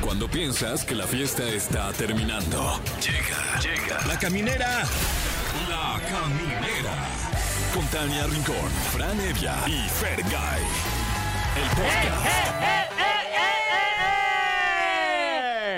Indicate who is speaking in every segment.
Speaker 1: Cuando piensas que la fiesta está terminando. Llega, llega. La caminera. La caminera. Con Tania Rincón, Fran Evia y Fer El podcast.
Speaker 2: ¡Eh,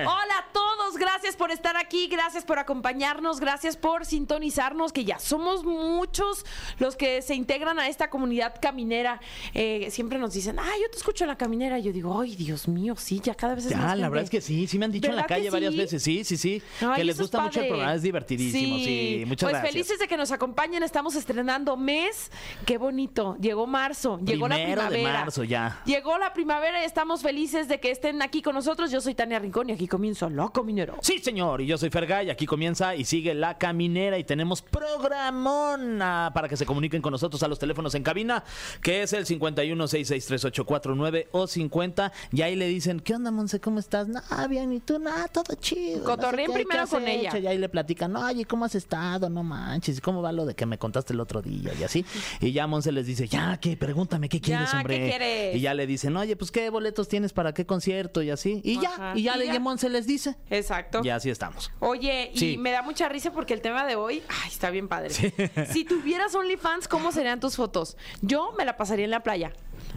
Speaker 3: Hola a todos, gracias por estar aquí, gracias por acompañarnos, gracias por sintonizarnos, que ya somos muchos los que se integran a esta comunidad caminera. Eh, siempre nos dicen, ah, yo te escucho en la caminera. Yo digo, ay, Dios mío, sí, ya cada vez es
Speaker 2: Ya,
Speaker 3: más.
Speaker 2: la
Speaker 3: gente".
Speaker 2: verdad es que sí, sí me han dicho en la
Speaker 3: ¿Verdad que
Speaker 2: calle varias
Speaker 3: sí?
Speaker 2: veces, sí, sí, sí,
Speaker 3: Ay,
Speaker 2: que les
Speaker 3: eso es
Speaker 2: gusta mucho el
Speaker 3: padre.
Speaker 2: programa, es divertidísimo, sí, muchas
Speaker 3: pues
Speaker 2: gracias.
Speaker 3: felices de que nos acompañen, estamos estrenando mes, qué bonito, llegó marzo, llegó
Speaker 2: Primero
Speaker 3: la
Speaker 2: de
Speaker 3: primavera.
Speaker 2: marzo ya.
Speaker 3: Llegó la primavera y estamos felices de que estén aquí con nosotros. Yo soy Tania Rincón y aquí comienzo Loco Minero.
Speaker 2: Sí, señor, y yo soy Fergay, aquí comienza y sigue La Caminera y tenemos programona para que se comuniquen con nosotros a los teléfonos en cabina, que es el 51663849 o 50, y ahí le dicen, ¿qué onda, Monse, cómo estás? No, bien, ¿y tú? No, todo chido.
Speaker 3: Cotorreen
Speaker 2: No sé qué,
Speaker 3: primero
Speaker 2: ¿qué has
Speaker 3: con ella.
Speaker 2: hecho?". Y ahí le platican, oye, ¿cómo has estado? No manches, ¿cómo va lo de que me contaste el otro día? Y así, y ya Monse les dice, ya, ¿qué? Pregúntame, ¿qué quieres,
Speaker 3: ¿qué
Speaker 2: hombre?
Speaker 3: quieres?
Speaker 2: Y ya le dicen, oye, pues, ¿qué boletos tienes para qué concierto? Y así, y ya,
Speaker 3: Ajá.
Speaker 2: y ya,
Speaker 3: Y
Speaker 2: le-
Speaker 3: ya.
Speaker 2: Monse les dice.
Speaker 3: Exacto.
Speaker 2: Y así estamos.
Speaker 3: Oye, y
Speaker 2: Sí.
Speaker 3: me da mucha risa porque el tema de hoy, ay, está bien padre. Si tuvieras OnlyFans, ¿cómo serían tus fotos? Yo me la pasaría en la playa.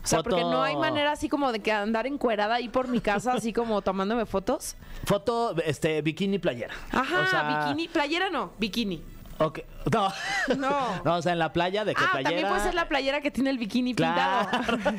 Speaker 3: O sea,
Speaker 2: Foto.
Speaker 3: porque no hay manera así como de que andar encuerada ahí por mi casa, así como tomándome fotos.
Speaker 2: Foto, este, bikini playera.
Speaker 3: Ajá,
Speaker 2: O sea,
Speaker 3: bikini. Playera no, bikini.
Speaker 2: ok, No.
Speaker 3: No.
Speaker 2: o sea, en la playa de que
Speaker 3: Ah,
Speaker 2: playera.
Speaker 3: también puede ser la playera que tiene el bikini pintado.
Speaker 2: Claro.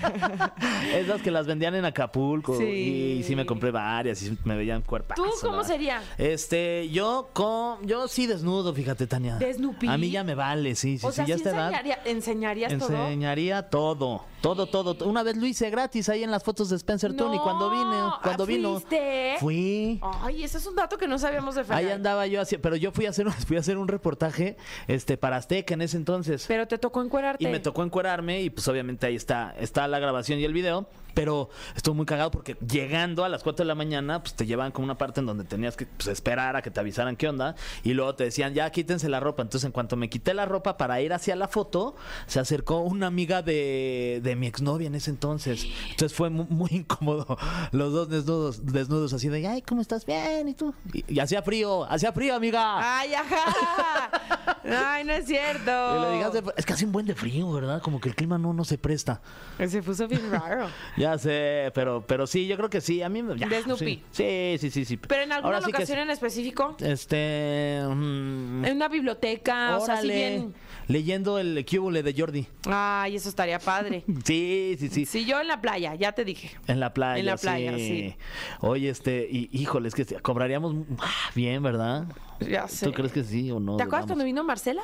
Speaker 2: Esas que las vendían en Acapulco.
Speaker 3: Sí.
Speaker 2: Y sí me compré varias y me veían cuerpazo.
Speaker 3: ¿Tú cómo
Speaker 2: la-
Speaker 3: sería?
Speaker 2: Este, yo con, yo sí desnudo, fíjate, Tania.
Speaker 3: ¿Desnupí?
Speaker 2: A mí ya me vale, sí, sí,
Speaker 3: O sea,
Speaker 2: sí, ya
Speaker 3: ¿sí
Speaker 2: a esta edad.
Speaker 3: enseñaría- enseñarías todo?
Speaker 2: Enseñaría todo, todo, todo. Una vez lo hice gratis ahí en las fotos de Spencer Tony
Speaker 3: No,
Speaker 2: cuando vine,
Speaker 3: ah,
Speaker 2: cuando vino.
Speaker 3: ¿fuiste?
Speaker 2: Fui.
Speaker 3: Ay, ese es un dato que no sabíamos de
Speaker 2: Ahí
Speaker 3: Fergay.
Speaker 2: andaba yo así, pero yo fui a hacer un, fui a hacer un reportaje este para Azteca en ese entonces.
Speaker 3: Pero te tocó encuerarte.
Speaker 2: y me tocó encuerarme y pues obviamente ahí está está la grabación y el video, pero estuve muy cagado porque llegando a las 4 de la mañana pues te llevaban como una parte en donde tenías que pues, esperar a que te avisaran qué onda y luego te decían ya quítense la ropa, entonces en cuanto me quité la ropa para ir hacia la foto se acercó una amiga de, de mi exnovia en ese entonces, entonces fue mu- muy, incómodo los dos desnudos desnudos así de ay cómo estás bien y tú y, y hacía frío hacía frío amiga
Speaker 3: Ay, ajá. Ay, no es cierto.
Speaker 2: Y le dije, "Hace fr- es que hace un buen de frío, ¿verdad? Como que el clima no, no se presta.
Speaker 3: Se puso bien raro.
Speaker 2: Ya sé, pero, pero sí, yo creo que sí. A mí me. ya,
Speaker 3: De Snoopy.
Speaker 2: Sí, sí, sí, sí. sí.
Speaker 3: Pero en alguna
Speaker 2: Ahora sí que
Speaker 3: locación
Speaker 2: sí.
Speaker 3: en específico,
Speaker 2: Este. mm,
Speaker 3: en una biblioteca, o sea, así
Speaker 2: órale,
Speaker 3: bien.
Speaker 2: Leyendo el cúbule E de Jordi.
Speaker 3: Ay, eso estaría padre.
Speaker 2: Sí, sí, sí.
Speaker 3: Si yo en la playa, ya te dije.
Speaker 2: En la playa.
Speaker 3: En la playa, sí.
Speaker 2: Oye, este, y, híjole, es que sí, cobraríamos ah, bien, ¿verdad?
Speaker 3: Ya sé.
Speaker 2: ¿Tú crees que sí o no?
Speaker 3: ¿Te acuerdas cuando
Speaker 2: Vamos.
Speaker 3: vino Marcela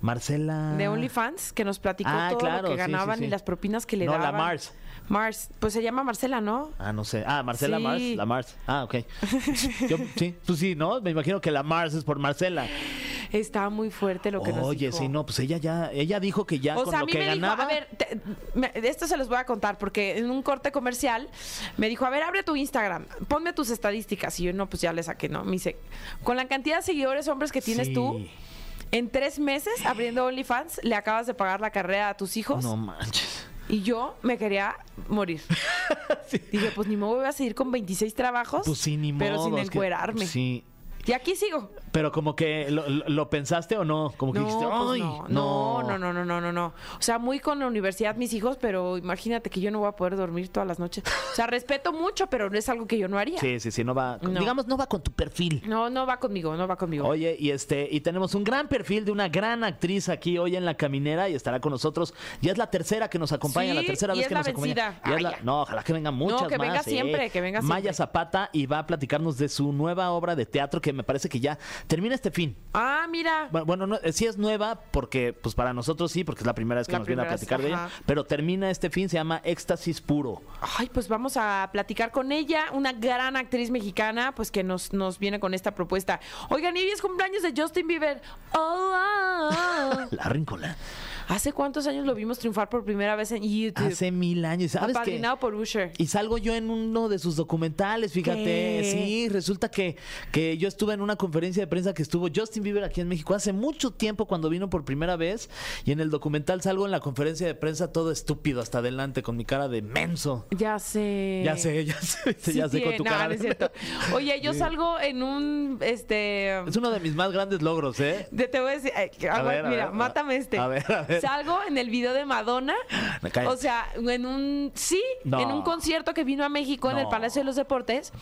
Speaker 2: Marcela.
Speaker 3: de OnlyFans que nos platicó
Speaker 2: Ah,
Speaker 3: todo lo que
Speaker 2: claro, sí, sí,
Speaker 3: ganaban
Speaker 2: sí.
Speaker 3: y las propinas que le
Speaker 2: No, la
Speaker 3: daban?
Speaker 2: Mars.
Speaker 3: Mars, pues se llama Marcela, ¿no?
Speaker 2: Ah, no sé. Ah, Marcela
Speaker 3: Sí.
Speaker 2: Mars. La Mars. Ah, ok. Yo- sí, pues sí, ¿no? Me imagino que la Mars es por Marcela.
Speaker 3: Está muy fuerte lo que nos
Speaker 2: Oye,
Speaker 3: dijo.
Speaker 2: sí, no, pues ella ya, ella dijo que ya
Speaker 3: O
Speaker 2: con
Speaker 3: sea, a
Speaker 2: lo
Speaker 3: mí
Speaker 2: que
Speaker 3: me dijo, a
Speaker 2: ganaba.
Speaker 3: ver, te- me- de esto se los voy a contar porque en un corte comercial me dijo, a ver, abre tu Instagram, ponme tus estadísticas. Y yo, no, pues ya le saqué, ¿no? Me dice, con la cantidad de seguidores hombres que tienes
Speaker 2: Sí.
Speaker 3: tú, en tres meses abriendo OnlyFans, le acabas de pagar la carrera a tus hijos.
Speaker 2: No manches.
Speaker 3: Y yo me quería morir. Dije, pues ni me voy a seguir con 26 trabajos,
Speaker 2: Pues sí, ni modo.
Speaker 3: pero sin
Speaker 2: es que-
Speaker 3: encuerarme.
Speaker 2: sí.
Speaker 3: Y aquí sigo.
Speaker 2: Pero como que lo, lo- lo pensaste o no, como que
Speaker 3: No,
Speaker 2: dijiste,
Speaker 3: pues
Speaker 2: "Ay,
Speaker 3: no, no, no, no, no, no, no, no. O sea, muy con la universidad mis hijos, pero imagínate que yo no voy a poder dormir todas las noches. O sea, respeto mucho, pero no es algo que yo no haría.
Speaker 2: Sí, sí, sí, no va,
Speaker 3: No.
Speaker 2: digamos no va con tu perfil.
Speaker 3: No, no va conmigo, no va conmigo.
Speaker 2: Oye, y este, y tenemos un gran perfil de una gran actriz aquí hoy en La Caminera y estará con nosotros. Ya es la tercera que nos acompaña,
Speaker 3: Sí,
Speaker 2: la tercera
Speaker 3: y
Speaker 2: vez
Speaker 3: es
Speaker 2: que
Speaker 3: la
Speaker 2: nos acompaña.
Speaker 3: vencida.
Speaker 2: Ya es
Speaker 3: Ah,
Speaker 2: la-
Speaker 3: ya.
Speaker 2: no, ojalá que vengan muchas
Speaker 3: que venga
Speaker 2: más, ¿eh?
Speaker 3: siempre, que venga
Speaker 2: Maya
Speaker 3: siempre.
Speaker 2: Zapata y va a platicarnos de su nueva obra de teatro que me parece que ya termina este fin.
Speaker 3: Ah, mira.
Speaker 2: Bueno, bueno, no, eh, sí es nueva porque, pues para nosotros sí, porque es la primera vez que
Speaker 3: La
Speaker 2: nos viene a
Speaker 3: primera vez,
Speaker 2: platicar de ella.
Speaker 3: ajá.
Speaker 2: Pero termina este fin, se llama Éxtasis Puro.
Speaker 3: Ay, pues vamos a platicar con ella, una gran actriz mexicana, pues que nos, nos viene con esta propuesta. Oigan, y hoy es cumpleaños de Justin Bieber. Oh, ah, ah.
Speaker 2: La rincola.
Speaker 3: ¿Hace cuántos años lo vimos triunfar por primera vez en YouTube?
Speaker 2: Hace mil años. ¿Sabes qué?
Speaker 3: Apadrinado por Usher.
Speaker 2: Y salgo yo en uno de sus documentales, fíjate.
Speaker 3: ¿Qué?
Speaker 2: Sí, resulta que, que yo estuve en una conferencia de prensa que estuvo Justin Bieber aquí en México hace mucho tiempo cuando vino por primera vez. Y en el documental salgo en la conferencia de prensa todo estúpido hasta adelante con mi cara de menso.
Speaker 3: Ya sé.
Speaker 2: Ya sé, ya sé,
Speaker 3: Sí
Speaker 2: ya sé con
Speaker 3: tiene-
Speaker 2: tu
Speaker 3: no,
Speaker 2: cara.
Speaker 3: no es
Speaker 2: de
Speaker 3: cierto.
Speaker 2: menso.
Speaker 3: Oye, yo salgo en un este
Speaker 2: Es uno de mis más grandes logros, ¿eh?
Speaker 3: de- te voy a decir, ay, aguanta,
Speaker 2: ver, a
Speaker 3: mira,
Speaker 2: ver,
Speaker 3: mátame este.
Speaker 2: a ver, a ver.
Speaker 3: Salgo en el video de Madonna.
Speaker 2: Me cae.
Speaker 3: O sea, en un sí,
Speaker 2: No.
Speaker 3: en un concierto que vino a México en el
Speaker 2: No.
Speaker 3: Palacio de los Deportes.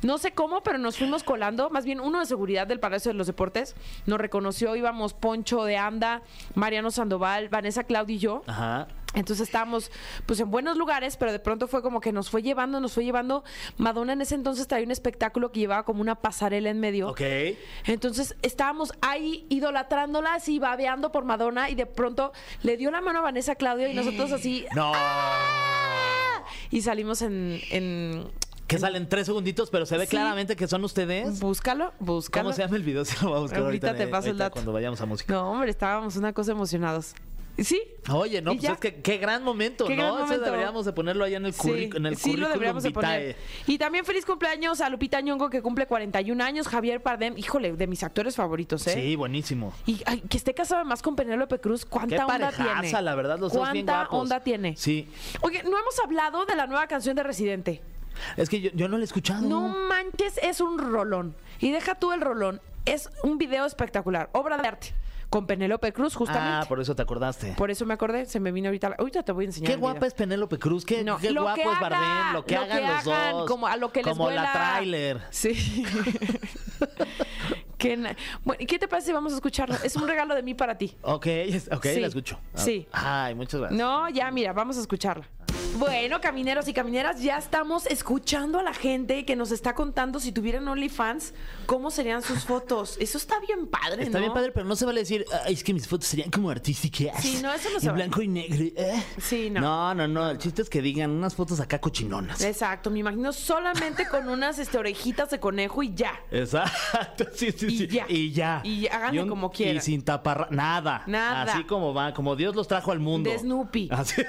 Speaker 3: No sé cómo, pero nos fuimos colando. Más bien, uno de seguridad del Palacio de los Deportes nos reconoció. Íbamos Poncho de Anda, Mariano Sandoval, Vanessa Claudio y yo.
Speaker 2: Ajá.
Speaker 3: Entonces estábamos pues en buenos lugares, pero de pronto fue como que nos fue llevando, nos fue llevando. Madonna en ese entonces traía un espectáculo que llevaba como una pasarela en medio.
Speaker 2: Ok.
Speaker 3: Entonces estábamos ahí idolatrándola, así babeando por Madonna y de pronto le dio la mano a Vanessa Claudio y nosotros así...
Speaker 2: No.
Speaker 3: ¡ah! Y salimos en... en-
Speaker 2: Que salen tres segunditos, pero se ve
Speaker 3: Sí.
Speaker 2: claramente que son ustedes.
Speaker 3: búscalo, búscalo.
Speaker 2: ¿Cómo se llama el video? Si lo vamos a buscar
Speaker 3: Ahorita
Speaker 2: ahorita.
Speaker 3: te
Speaker 2: en-
Speaker 3: paso el
Speaker 2: ahorita
Speaker 3: dato.
Speaker 2: Cuando vayamos a música.
Speaker 3: No, hombre, estábamos una cosa emocionados. ¿Sí?
Speaker 2: Oye, no,
Speaker 3: Y
Speaker 2: pues
Speaker 3: ya.
Speaker 2: es que qué gran momento,
Speaker 3: Qué
Speaker 2: ¿no?
Speaker 3: gran momento.
Speaker 2: Eso deberíamos de ponerlo allá en el, curri- en el
Speaker 3: sí lo
Speaker 2: currículum
Speaker 3: deberíamos de
Speaker 2: vitae.
Speaker 3: poner. Y también feliz cumpleaños a Lupita Ñongo que cumple 41 años, Javier Pardem, híjole, de mis actores favoritos, ¿eh?
Speaker 2: Sí, buenísimo.
Speaker 3: Y ay, que esté casado además con Penélope Cruz, ¿cuánta
Speaker 2: Qué
Speaker 3: onda
Speaker 2: parejaza,
Speaker 3: tiene?
Speaker 2: la verdad, los dos bien
Speaker 3: ¿Cuánta
Speaker 2: guapos.
Speaker 3: onda tiene?
Speaker 2: Sí.
Speaker 3: Oye, no hemos hablado de la nueva canción de Residente.
Speaker 2: Es que yo, yo no lo he escuchado.
Speaker 3: No manches, es un rolón. Y deja tú el rolón. Es un video espectacular, obra de arte, con Penélope Cruz, justamente.
Speaker 2: Ah, por eso te acordaste.
Speaker 3: Por eso me acordé, se me vino ahorita. la- Ahorita te voy a enseñar.
Speaker 2: Qué
Speaker 3: el video.
Speaker 2: guapa es Penélope Cruz, qué,
Speaker 3: No,
Speaker 2: qué
Speaker 3: lo
Speaker 2: guapo
Speaker 3: que
Speaker 2: es
Speaker 3: haga,
Speaker 2: pues, Bardem, lo que
Speaker 3: lo
Speaker 2: hagan
Speaker 3: que
Speaker 2: los
Speaker 3: hagan,
Speaker 2: dos.
Speaker 3: como a lo que les
Speaker 2: Como
Speaker 3: vuela.
Speaker 2: la trailer.
Speaker 3: Sí. Qué na- bueno, ¿y ¿qué te parece si vamos a escucharlo? Es un regalo de mí para ti.
Speaker 2: Ok, es- ok,
Speaker 3: Sí.
Speaker 2: la escucho. Ah,
Speaker 3: Sí.
Speaker 2: Ay, muchas gracias.
Speaker 3: No, ya, mira, vamos a escucharla. Bueno, camineros y camineras, ya estamos escuchando a la gente que nos está contando si tuvieran OnlyFans, cómo serían sus fotos. Eso está bien padre,
Speaker 2: Está
Speaker 3: ¿no?
Speaker 2: bien padre, pero no se vale decir, "Ay, es que mis fotos serían como artísticas.
Speaker 3: Sí, no, eso no se
Speaker 2: En
Speaker 3: vale.
Speaker 2: blanco y negro. ¿eh?
Speaker 3: Sí, no. Eh.
Speaker 2: No, no, no. El chiste es que digan unas fotos acá cochinonas.
Speaker 3: Exacto, me imagino solamente con unas este, orejitas de conejo y ya.
Speaker 2: Exacto, sí, sí,
Speaker 3: Y
Speaker 2: sí.
Speaker 3: ya.
Speaker 2: Y ya.
Speaker 3: Y háganle como quieran.
Speaker 2: Y sin tapar nada.
Speaker 3: Nada.
Speaker 2: Así como va, como Dios los trajo al mundo.
Speaker 3: De Snoopy.
Speaker 2: Así-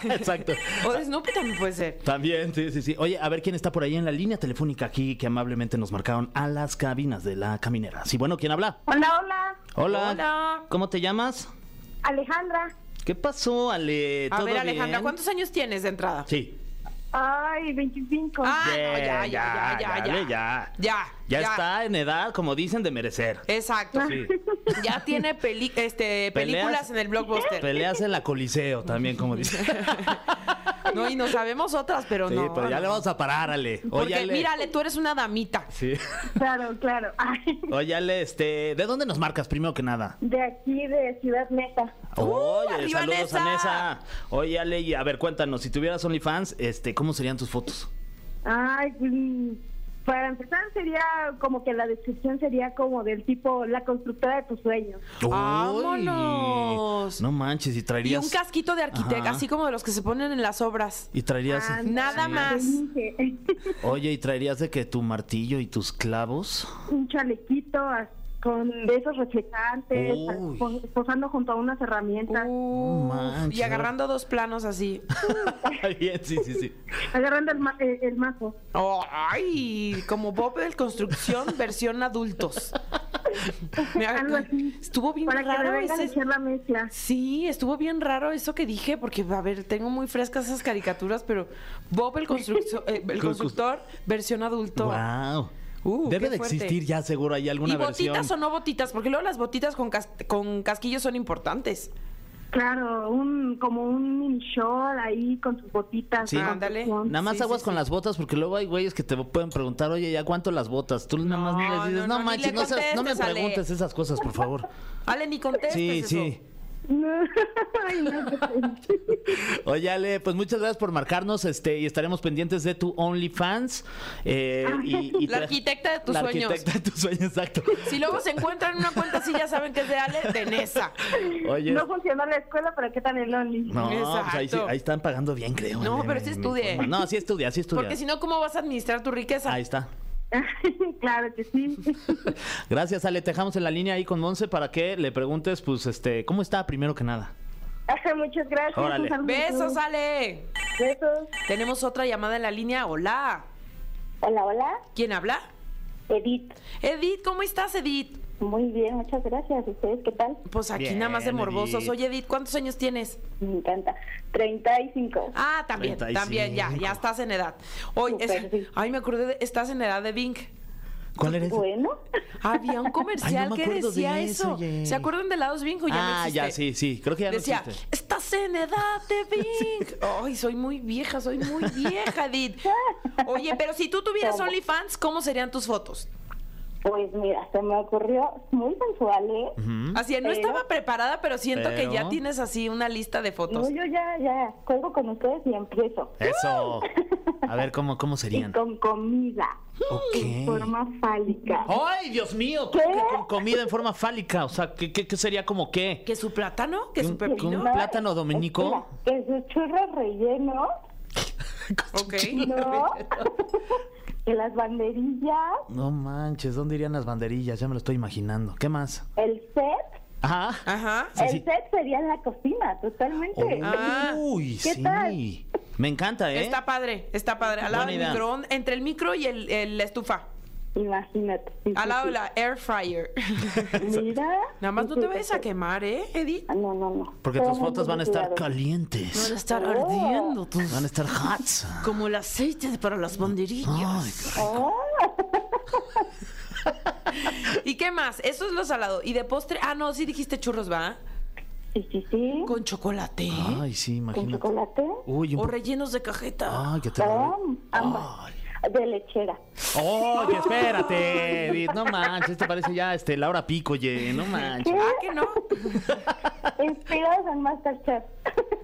Speaker 2: Exacto.
Speaker 3: O de Snoopy también puede ser.
Speaker 2: También, sí, sí, sí. Oye, a ver quién está por ahí en la línea telefónica aquí que amablemente nos marcaron a las cabinas de la caminera. Sí, bueno, ¿quién habla?
Speaker 4: Hola, hola,
Speaker 2: Hola.
Speaker 3: Hola.
Speaker 2: ¿Cómo te llamas?
Speaker 4: Alejandra.
Speaker 2: ¿Qué pasó, Ale?
Speaker 3: A
Speaker 2: ¿Todo
Speaker 3: ver, Alejandra,
Speaker 2: bien?
Speaker 3: ¿cuántos años tienes de entrada?
Speaker 2: Sí.
Speaker 4: Ay, 25.
Speaker 3: Ah, no, ya,
Speaker 2: Bien,
Speaker 3: ya, ya, ya, ya.
Speaker 2: ya, ya.
Speaker 3: Ya,
Speaker 2: Ya
Speaker 3: ya.
Speaker 2: está en edad, como dicen, de merecer.
Speaker 3: Exacto. Ya tiene peli- este,
Speaker 2: Peleas.
Speaker 3: películas en el blockbuster.
Speaker 2: Peleas en la Coliseo también, como dicen.
Speaker 3: No, y no sabemos otras, pero
Speaker 2: Sí,
Speaker 3: no.
Speaker 2: pero ya le
Speaker 3: no.
Speaker 2: vamos a parar, Ale.
Speaker 3: Porque,
Speaker 2: Oye, Ale.
Speaker 3: mírale, tú eres una damita.
Speaker 2: Sí.
Speaker 4: Claro, claro. Ay,
Speaker 2: Oye, Ale, este, ¿de dónde nos marcas primero que nada?
Speaker 4: de aquí, de Ciudad Meta.
Speaker 3: ¡Uh,
Speaker 2: Oye,
Speaker 3: arriba,
Speaker 2: saludos a
Speaker 3: Nesa!
Speaker 2: Nesa. Oye, Ale, y a ver, cuéntanos, si tuvieras OnlyFans, este, ¿cómo serían tus fotos?
Speaker 4: Ay, mm, para empezar sería como que la descripción sería como del tipo la constructora de tus sueños.
Speaker 3: ¡Vámonos!
Speaker 2: Uy, No manches, y
Speaker 3: Y
Speaker 2: traerías.
Speaker 3: un casquito de arquitecto,
Speaker 2: Ajá.
Speaker 3: así como de los que se ponen en las obras.
Speaker 2: Y traerías.
Speaker 4: Ah,
Speaker 3: Nada
Speaker 4: sí.
Speaker 3: más.
Speaker 4: Te dije.
Speaker 2: Oye, y traerías de que tu martillo y tus clavos.
Speaker 4: Un chalequito as- con de esos reflejantes,
Speaker 2: Uy.
Speaker 4: pos- posando junto a unas herramientas,
Speaker 3: Uf, Uh,
Speaker 2: manches.
Speaker 3: y agarrando dos planos así.
Speaker 2: Bien, sí, sí, sí.
Speaker 4: agarrando el, ma- el- el mazo.
Speaker 3: ¡Ay! Como Bob del Construcción, versión adultos. Me haga-
Speaker 4: Algo así.
Speaker 3: Estuvo bien
Speaker 4: para que
Speaker 3: raro
Speaker 4: me vengan a
Speaker 3: ese-
Speaker 4: echar la mezcla.
Speaker 3: Sí, estuvo bien raro eso que dije, porque, a ver, tengo muy frescas esas caricaturas, pero Bob el, constructo- eh, el constructor, versión adulto.
Speaker 2: Wow.
Speaker 3: Uh,
Speaker 2: Debe
Speaker 3: qué
Speaker 2: de
Speaker 3: fuerte.
Speaker 2: existir ya seguro hay alguna
Speaker 3: ¿Y
Speaker 2: versión.
Speaker 3: botitas o no botitas? Porque luego las botitas con, cas- con casquillos son importantes.
Speaker 4: Claro, un como un mini short ahí con sus botitas.
Speaker 2: Sí.
Speaker 4: con
Speaker 3: Ándale.
Speaker 4: sus pumps.
Speaker 2: Nada más
Speaker 3: Sí,
Speaker 2: aguas
Speaker 3: sí,
Speaker 2: con
Speaker 3: sí.
Speaker 2: las botas, porque luego hay güeyes que te pueden preguntar, oye, ¿ya cuánto las botas? Tú nada más
Speaker 3: No,
Speaker 2: les dices,
Speaker 3: no,
Speaker 2: no,
Speaker 3: no, ni
Speaker 2: manches,
Speaker 3: le
Speaker 2: no, seas- no me
Speaker 3: contestes, Ale".
Speaker 2: preguntes esas cosas, por favor.
Speaker 3: Ale, ni contestes
Speaker 2: Sí,
Speaker 3: eso.
Speaker 2: sí.
Speaker 4: No, ay, no, qué pena.
Speaker 2: Oye, Ale, pues muchas gracias por marcarnos este y estaremos pendientes de tu OnlyFans. eh, y, y
Speaker 3: La
Speaker 2: tra-
Speaker 3: arquitecta de tus
Speaker 2: la
Speaker 3: sueños.
Speaker 2: arquitecta de tus sueños, exacto.
Speaker 3: Si luego se encuentran una cuenta así, ya saben que es de Ale, de Nesa.
Speaker 2: Oye,
Speaker 4: no funcionó la escuela, pero ¿qué tal el Only?
Speaker 2: no, pues ahí, sí-
Speaker 3: Exacto.
Speaker 2: ahí están pagando bien, creo.
Speaker 3: No,
Speaker 2: Ale,
Speaker 3: pero
Speaker 2: me-
Speaker 3: sí
Speaker 2: me
Speaker 3: estudia.
Speaker 2: informa. No, sí estudia, sí estudia.
Speaker 3: Porque si no, ¿cómo vas a administrar tu riqueza?
Speaker 2: Ahí está.
Speaker 4: claro que sí.
Speaker 2: Gracias, Ale. Te dejamos en la línea ahí con Monse para que le preguntes, pues, este, ¿cómo está primero que nada?
Speaker 4: Muchas gracias.
Speaker 2: Órale.
Speaker 4: un saludo.
Speaker 3: Besos, Ale.
Speaker 4: Besos.
Speaker 3: Tenemos otra llamada en la línea. Hola.
Speaker 4: Hola, hola.
Speaker 3: ¿Quién habla?
Speaker 4: Edith.
Speaker 3: Edith, ¿cómo estás, Edith?
Speaker 4: Muy bien, muchas gracias. ¿Ustedes qué tal?
Speaker 3: Pues aquí
Speaker 2: Bien,
Speaker 3: nada más de morbosos.
Speaker 2: Edith.
Speaker 3: Oye, Edith, ¿cuántos años tienes?
Speaker 4: Me encanta. 35.
Speaker 3: Ah, también,
Speaker 2: 35.
Speaker 3: también, ya, ya estás en edad. Hoy, es-
Speaker 4: Súper, sí.
Speaker 3: ay, me acordé, de- estás en edad de Bing.
Speaker 2: ¿Cuál eres?
Speaker 4: Bueno.
Speaker 3: Había un comercial
Speaker 2: Ay, no me
Speaker 3: que
Speaker 2: acuerdo
Speaker 3: decía
Speaker 2: de eso,
Speaker 3: eso.
Speaker 2: oye.
Speaker 3: ¿Se acuerdan de helados Bing o ya no
Speaker 2: ah,
Speaker 3: existe?
Speaker 2: ya, sí, sí. Creo que ya
Speaker 3: Decía,
Speaker 2: no existe.
Speaker 3: estás en edad de Bing. Ay, soy muy vieja, soy muy vieja, Edith. Oye, pero si tú tuvieras
Speaker 4: ¿Cómo?
Speaker 3: OnlyFans, ¿cómo serían tus fotos?
Speaker 4: Pues mira, se me ocurrió muy sensual, ¿eh?
Speaker 2: Ujú.
Speaker 3: Así, no
Speaker 4: Pero-
Speaker 3: estaba preparada, pero siento
Speaker 2: ¿Mm? Pero-
Speaker 3: que ya tienes así una lista de fotos.
Speaker 4: No, yo ya, ya, juego con ustedes y empiezo.
Speaker 2: Eso. A ver, ¿cómo, cómo
Speaker 4: Y
Speaker 2: serían?
Speaker 4: con comida. En
Speaker 2: Ok. Oh,
Speaker 4: forma fálica.
Speaker 2: ¡Ay, Dios mío! ¿Cómo que con comida en forma fálica? O sea, ¿qué, qué- qué sería como qué?
Speaker 3: ¿Que su plátano? ¿Que su
Speaker 2: ¿Con- con
Speaker 3: pepino?
Speaker 2: un plátano dominico?
Speaker 4: Espera, que su churro relleno,
Speaker 3: Ok.
Speaker 4: ¿no? que las banderillas,
Speaker 2: No manches, ¿dónde irían las banderillas? Ya me lo estoy imaginando. ¿Qué más? Ah.
Speaker 4: el set.
Speaker 2: Ajá.
Speaker 3: Ajá.
Speaker 2: Sí,
Speaker 4: el
Speaker 2: sí. Oh.
Speaker 4: set sería en la cocina, totalmente.
Speaker 3: Ah,
Speaker 2: Uy,
Speaker 4: ¿qué
Speaker 2: sí.
Speaker 4: tal?
Speaker 2: Me encanta, ¿eh?
Speaker 3: Está padre, está padre. Al lado
Speaker 2: Buena
Speaker 3: del
Speaker 2: idea.
Speaker 3: microondas, entre el micro y el, el- la estufa.
Speaker 4: Imagínate. sí, sí,
Speaker 3: Al lado de
Speaker 4: sí.
Speaker 3: la air fryer.
Speaker 4: Mira.
Speaker 3: Nada más no te vayas a quemar, ¿eh, Edith?
Speaker 4: Ah, No, no, no.
Speaker 2: Porque
Speaker 4: Todo
Speaker 2: tus
Speaker 4: muy
Speaker 2: fotos van a estar
Speaker 4: cuidado.
Speaker 3: No van
Speaker 2: calientes.
Speaker 3: a estar
Speaker 4: Oh.
Speaker 3: ardiendo tus-
Speaker 2: Van a estar hats.
Speaker 3: Como el aceite para las banderillas.
Speaker 2: Ay, qué
Speaker 4: Ah,
Speaker 3: ¿Y qué más? Eso es lo salado. ¿Y de postre? Ah, no, sí dijiste churros, ¿va?
Speaker 4: Sí, sí, sí.
Speaker 3: Con chocolate.
Speaker 2: Ay, sí,
Speaker 4: Con
Speaker 2: imagínate.
Speaker 4: chocolate.
Speaker 2: Uy, un
Speaker 3: O
Speaker 2: po-
Speaker 3: rellenos de cajeta.
Speaker 2: Ay, que te
Speaker 4: Ah, ambas.
Speaker 2: Ay.
Speaker 4: De lechera.
Speaker 2: Oye, espérate, Edith, no manches, te parece ya este la hora pico, oye, no manches.
Speaker 3: Ah, que no.
Speaker 4: Inspirados en Masterchef.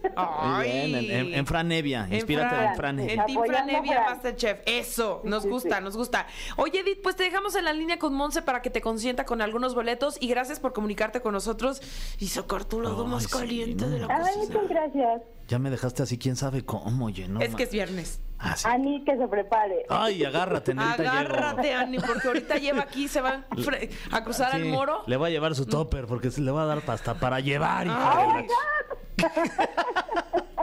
Speaker 2: Muy
Speaker 3: Ay.
Speaker 2: bien, en, en, en Fran Evia, inspírate
Speaker 3: Fran.
Speaker 2: en Fran Evia.
Speaker 3: En Team
Speaker 4: Apoyando
Speaker 3: Fran
Speaker 4: a
Speaker 3: Evia
Speaker 4: Fran.
Speaker 3: Masterchef. Eso,
Speaker 4: Sí,
Speaker 3: nos
Speaker 4: sí,
Speaker 3: gusta,
Speaker 4: sí.
Speaker 3: nos gusta. Oye, Edith, pues te dejamos en la línea con Monse para que te consienta con algunos boletos y gracias por comunicarte con nosotros y sacar tu lado
Speaker 2: Ay,
Speaker 3: más
Speaker 2: sí,
Speaker 3: caliente
Speaker 2: no.
Speaker 3: de la
Speaker 4: Ay,
Speaker 3: cocina.
Speaker 4: muchas gracias.
Speaker 2: Ya me dejaste así, quién sabe cómo, oye, no.
Speaker 3: Es que
Speaker 2: ma-
Speaker 3: es viernes.
Speaker 2: Ah, sí.
Speaker 4: Ani, que se prepare.
Speaker 3: Ah.
Speaker 2: Ay, agárrate, Nerita
Speaker 3: Agárrate, Ani, porque ahorita lleva aquí, se va fre- a cruzar al moro. Mm.
Speaker 2: Le va a llevar su topper porque se le va a dar pasta para llevar. hija de la
Speaker 3: Ay.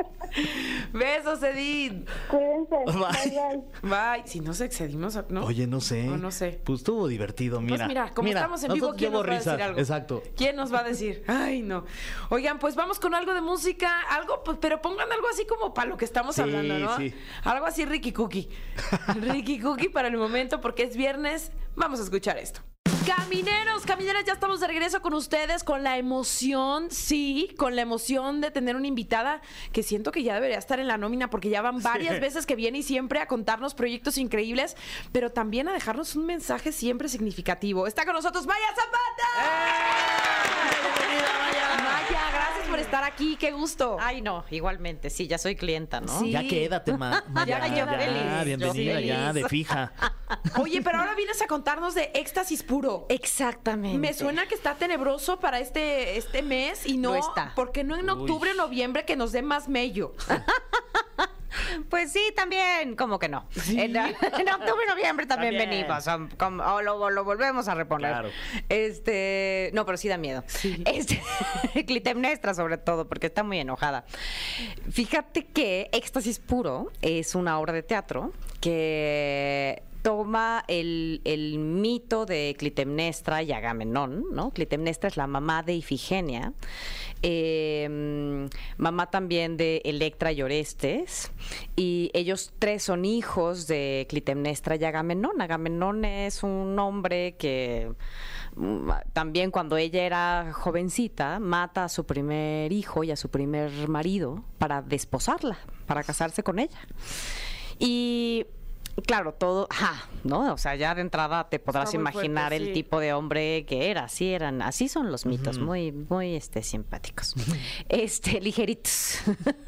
Speaker 3: Besos, Edith.
Speaker 4: Cuídense.
Speaker 2: Bye.
Speaker 4: Bye, bye.
Speaker 3: Bye. Si nos excedimos, ¿no?
Speaker 2: Oye, no sé.
Speaker 3: No, no sé.
Speaker 2: Pues estuvo divertido, mira.
Speaker 3: Pues mira, como estamos en vivo,
Speaker 2: nosotros
Speaker 3: ¿quién
Speaker 2: llevo
Speaker 3: nos va a decir
Speaker 2: risas,
Speaker 3: algo?
Speaker 2: Exacto.
Speaker 3: ¿Quién nos va a decir? Ay, no. Oigan, pues vamos con algo de música, algo, pues, pero pongan algo así como para lo que estamos
Speaker 2: Sí,
Speaker 3: hablando, ¿no?
Speaker 2: sí.
Speaker 3: Algo así Ricky Cookie. Ricky Cookie para el momento, porque es viernes. Vamos a escuchar esto. Camineros, camineras, ya estamos de regreso con ustedes, con la emoción, sí, con la emoción de tener una invitada que siento que ya debería estar en la nómina porque ya van varias veces que viene y siempre a contarnos proyectos increíbles, pero también a dejarnos un mensaje siempre significativo. Está con nosotros Maya Zapata. Maya, gracias por estar aquí, qué gusto.
Speaker 5: Ay, no, igualmente, sí, ya soy clienta, ¿no?
Speaker 3: Sí.
Speaker 2: Ya quédate, ma- Maya,
Speaker 5: yo
Speaker 2: ya,
Speaker 5: feliz,
Speaker 2: bienvenida,
Speaker 5: yo
Speaker 2: ya,
Speaker 5: feliz.
Speaker 2: de fija.
Speaker 3: Oye, pero ahora vienes a contarnos de éxtasis puro.
Speaker 5: Exactamente.
Speaker 3: Me suena que está tenebroso para este, este mes y no,
Speaker 5: Lo está.
Speaker 3: ¿Por qué no en octubre o noviembre que nos dé más mello?
Speaker 5: Pues sí, también, ¿cómo que no? En, ah, en octubre, noviembre también,
Speaker 2: También.
Speaker 5: venimos, o, como- o lo, lo volvemos a reponer.
Speaker 2: Claro.
Speaker 5: Este, no, pero sí da miedo.
Speaker 3: Sí.
Speaker 5: Este, Clitemnestra sobre todo, porque está muy enojada. Fíjate que Éxtasis Puro es una obra de teatro que toma el, el mito de Clitemnestra y Agamenón, ¿no? Clitemnestra es la mamá de Ifigenia, eh, mamá también de Electra y Orestes, y ellos tres son hijos de Clitemnestra y Agamenón. Agamenón es un hombre que mm, también cuando ella era jovencita mata a su primer hijo y a su primer marido para desposarla, para casarse con ella. Y claro, todo, ajá, ¿no? O sea, ya de entrada te podrás
Speaker 3: muy fuerte,
Speaker 5: imaginar el
Speaker 3: sí.
Speaker 5: tipo de hombre que era, así eran, así son los mitos, muy, muy este, simpáticos. Este, ligeritos.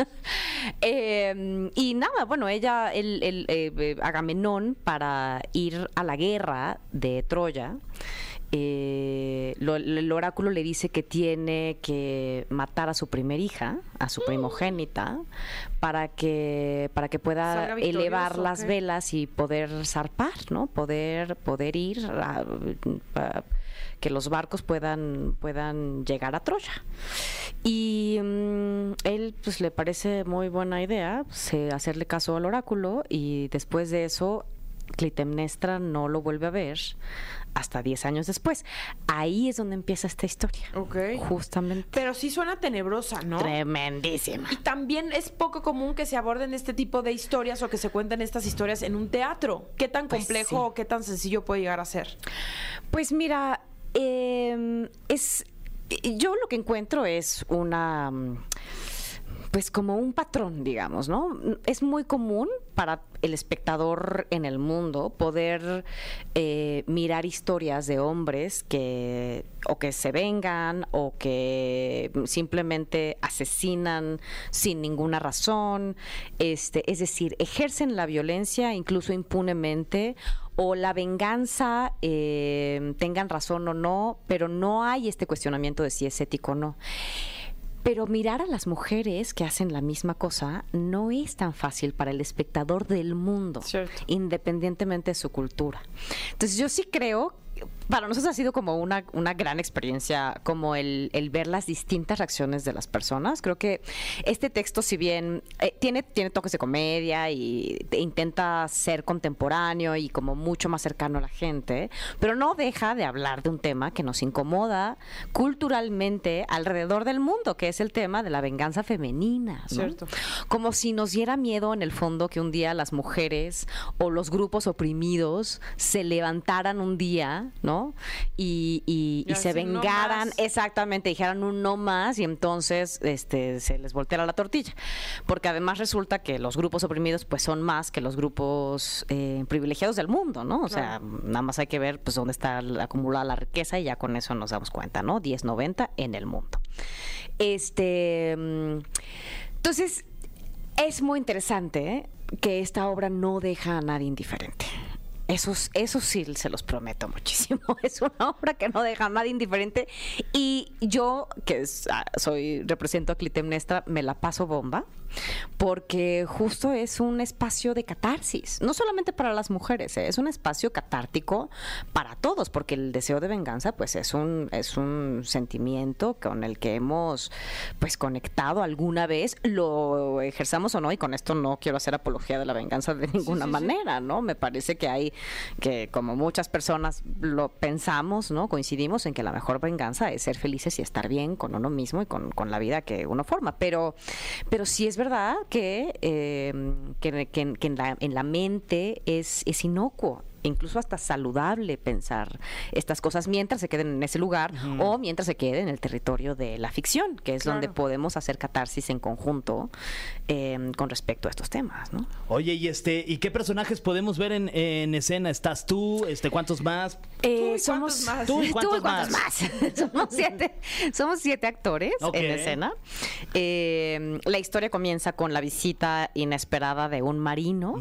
Speaker 5: Eh, y nada, bueno, ella, el, el, eh, eh, Agamenón, para ir a la guerra de Troya, eh, lo- el oráculo le dice que tiene que matar a su primer hija, a
Speaker 3: Mm.
Speaker 5: su primogénita, para que, para que pueda
Speaker 3: Salga victorioso,
Speaker 5: elevar
Speaker 3: ¿o
Speaker 5: las
Speaker 3: qué?
Speaker 5: velas y poder zarpar, ¿no? Poder, poder ir a- pa- que los barcos puedan, puedan llegar a Troya. Y mm, él pues le parece muy buena idea pues, eh, hacerle caso al oráculo y después de eso Clitemnestra no lo vuelve a ver hasta 10 años después. Ahí es donde empieza esta historia.
Speaker 3: Ok.
Speaker 5: Justamente.
Speaker 3: Pero sí suena tenebrosa, ¿no?
Speaker 5: Tremendísima.
Speaker 3: Y también es poco común que se aborden este tipo de historias o que se cuenten estas historias en un teatro. ¿Qué tan
Speaker 5: Pues
Speaker 3: complejo
Speaker 5: sí.
Speaker 3: o qué tan sencillo puede llegar a ser?
Speaker 5: Pues mira, eh, es yo lo que encuentro es una mm, pues como un patrón, digamos, ¿no? Es muy común para el espectador en el mundo poder eh, mirar historias de hombres que o que se vengan o que simplemente asesinan sin ninguna razón, este, es decir, ejercen la violencia incluso impunemente o la venganza, eh, tengan razón o no, pero no hay este cuestionamiento de si es ético o no. Pero mirar a las mujeres que hacen la misma cosa no es tan fácil para el espectador del mundo,
Speaker 3: Cierto.
Speaker 5: independientemente de su cultura. Entonces yo sí creo, para nosotros ha sido como una, una gran experiencia, como el, el ver las distintas reacciones de las personas. Creo que este texto, si bien eh, tiene, tiene toques de comedia y te- intenta ser contemporáneo y como mucho más cercano a la gente, pero no deja de hablar de un tema que nos incomoda culturalmente alrededor del mundo, que es el tema de la venganza femenina. ¿no?
Speaker 3: Cierto.
Speaker 5: Como si nos diera miedo en el fondo que un día las mujeres o los grupos oprimidos se levantaran un día, ¿no? Y, y-
Speaker 3: Y
Speaker 5: y se
Speaker 3: así no
Speaker 5: vengaran,
Speaker 3: más.
Speaker 5: exactamente, dijeran un no más y entonces este, se les volteara la tortilla. Porque además resulta que los grupos oprimidos pues son más que los grupos eh, privilegiados del mundo, ¿no? O sea,
Speaker 3: Claro.
Speaker 5: nada más hay que ver pues dónde está la- acumulada la riqueza y ya con eso nos damos cuenta, ¿no? 10.90 en el mundo. Este, mm, entonces, es muy interesante ¿eh? que esta obra no deja a nadie indiferente. Eso, s- eso sí se los prometo muchísimo. Es una obra que no deja a nadie indiferente. Y yo, que es- ah, soy, represento a Clitemnestra, me la paso bomba, porque justo es un espacio de catarsis. No solamente para las mujeres, ¿eh? es un espacio catártico para todos, porque el deseo de venganza, pues, es un, es un sentimiento con el que hemos pues conectado alguna vez, lo ejerzamos o no, y con esto no quiero hacer apología de la venganza de ninguna manera, ¿no? Me parece que hay, que como muchas personas lo pensamos, ¿no? Coincidimos en que la mejor venganza es ser felices y estar bien con uno mismo y con, con la vida que uno forma. Pero, pero sí es verdad que, eh, que, que- que en, la, en la mente es, es inocuo. Incluso hasta saludable pensar estas cosas mientras se queden en ese lugar o mientras se queden en el territorio de la ficción, que es donde
Speaker 3: Claro.
Speaker 5: podemos hacer catarsis en conjunto eh, con respecto a estos temas, ¿no?
Speaker 2: Oye, y este, ¿y qué personajes podemos ver en, en escena? ¿Estás tú? Este, ¿cuántos más?
Speaker 5: Eh,
Speaker 3: Tú y
Speaker 5: somos
Speaker 3: cuántos más.
Speaker 5: tú y cuántos,
Speaker 2: más?
Speaker 5: más. somos siete, somos siete actores
Speaker 2: Ok.
Speaker 5: en escena. Eh, la historia comienza con la visita inesperada de un marino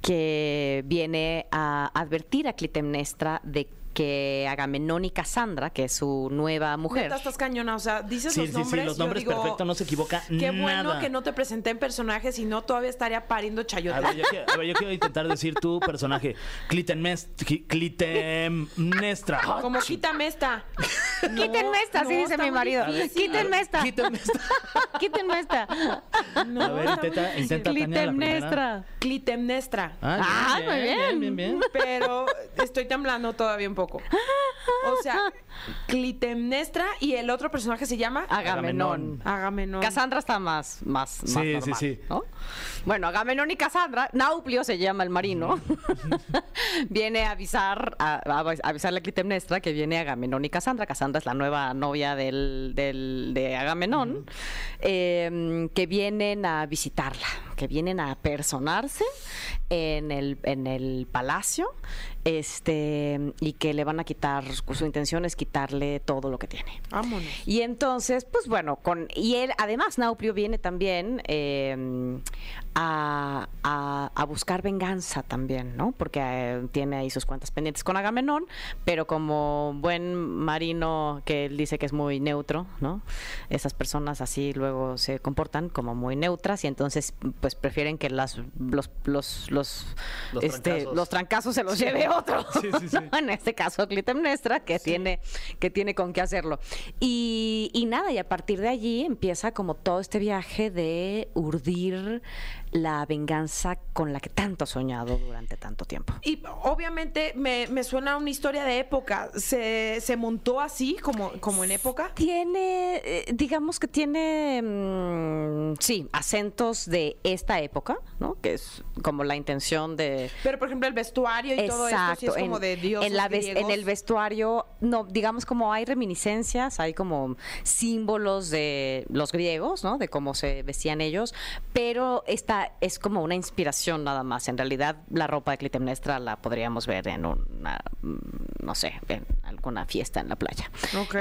Speaker 5: que viene a advertir a Clitemnestra de que Agamenón y Cassandra, que es su nueva mujer,
Speaker 3: Neta, estás cañona. O sea, dices
Speaker 2: Sí,
Speaker 3: los
Speaker 2: sí, sí,
Speaker 3: nombres.
Speaker 2: los
Speaker 3: yo
Speaker 2: nombres
Speaker 3: digo,
Speaker 2: perfecto, no se equivoca
Speaker 3: Qué bueno
Speaker 2: nada.
Speaker 3: que no te presenté en personaje, si no, todavía estaría pariendo
Speaker 2: A
Speaker 3: chayote.
Speaker 2: ver, yo quiero, a ver, yo quiero intentar decir tu personaje. Clitemnes- cli- Clitemnestra.
Speaker 3: Como quítame esta. No,
Speaker 5: Quítenme esta, así
Speaker 3: no,
Speaker 5: dice
Speaker 3: está
Speaker 5: mi
Speaker 3: muy
Speaker 5: marido.
Speaker 3: difícil.
Speaker 5: Quítenme esta.
Speaker 2: Clitemnestra.
Speaker 5: Quítenme esta.
Speaker 3: No,
Speaker 2: A ver,
Speaker 3: está muy
Speaker 2: intenta,
Speaker 3: difícil.
Speaker 2: intenta Tania la primera.
Speaker 5: Clitemnestra.
Speaker 3: Clitemnestra.
Speaker 5: Ah, muy bien.
Speaker 2: Bien, bien, bien.
Speaker 3: Pero estoy temblando todavía un poco. O sea, Clitemnestra y el otro personaje se llama
Speaker 5: Ah. Agamenón.
Speaker 3: Agamenón.
Speaker 5: Cassandra está más, más, más
Speaker 2: Sí, sí,
Speaker 5: normal,
Speaker 2: sí.
Speaker 5: ¿no? Bueno, Agamenón y Cassandra, Nauplio se llama el marino, viene a avisar, a, a avisarle a Clitemnestra que viene Agamenón y Cassandra. Cassandra es la nueva novia del, del- de Agamenón, eh, que vienen a visitarla, que vienen a personarse en el, en el palacio, este, y que le van a quitar, su intención es quitarle todo lo que tiene.
Speaker 3: Vámonos.
Speaker 5: Y entonces, pues bueno, con y él, además, Nauplio viene también eh, a, a- a buscar venganza también, ¿no? Porque eh, tiene ahí sus cuentas pendientes con Agamenón, pero como buen marino que él dice que es muy neutro, ¿no? Esas personas así luego se comportan como muy neutras y entonces, pues pues prefieren que las, los, los, los,
Speaker 2: Los
Speaker 5: este,
Speaker 2: trancazos.
Speaker 5: los trancazos se los lleve otro.
Speaker 2: Sí, sí, sí.
Speaker 5: ¿no? En este caso, Clitemnestra, que, tiene, que tiene con qué hacerlo. Y, y nada, y a partir de allí empieza como todo este viaje de urdir la venganza con la que tanto ha soñado durante tanto tiempo.
Speaker 3: Y obviamente me, me suena a una historia de época. ¿Se, se montó así, como, como en época?
Speaker 5: Tiene, eh, digamos que tiene, mm, sí, acentos de esta época, ¿no? Que es como la intención de...
Speaker 3: Pero, por ejemplo, el vestuario y todo esto sí es como de Dios.
Speaker 5: en, la ves- en el vestuario, no, digamos como hay reminiscencias, hay como símbolos de los griegos, ¿no? De cómo se vestían ellos, pero esta es como una inspiración nada más. En realidad, la ropa de Clitemnestra la podríamos ver en una, mm, no sé, en alguna fiesta en la playa,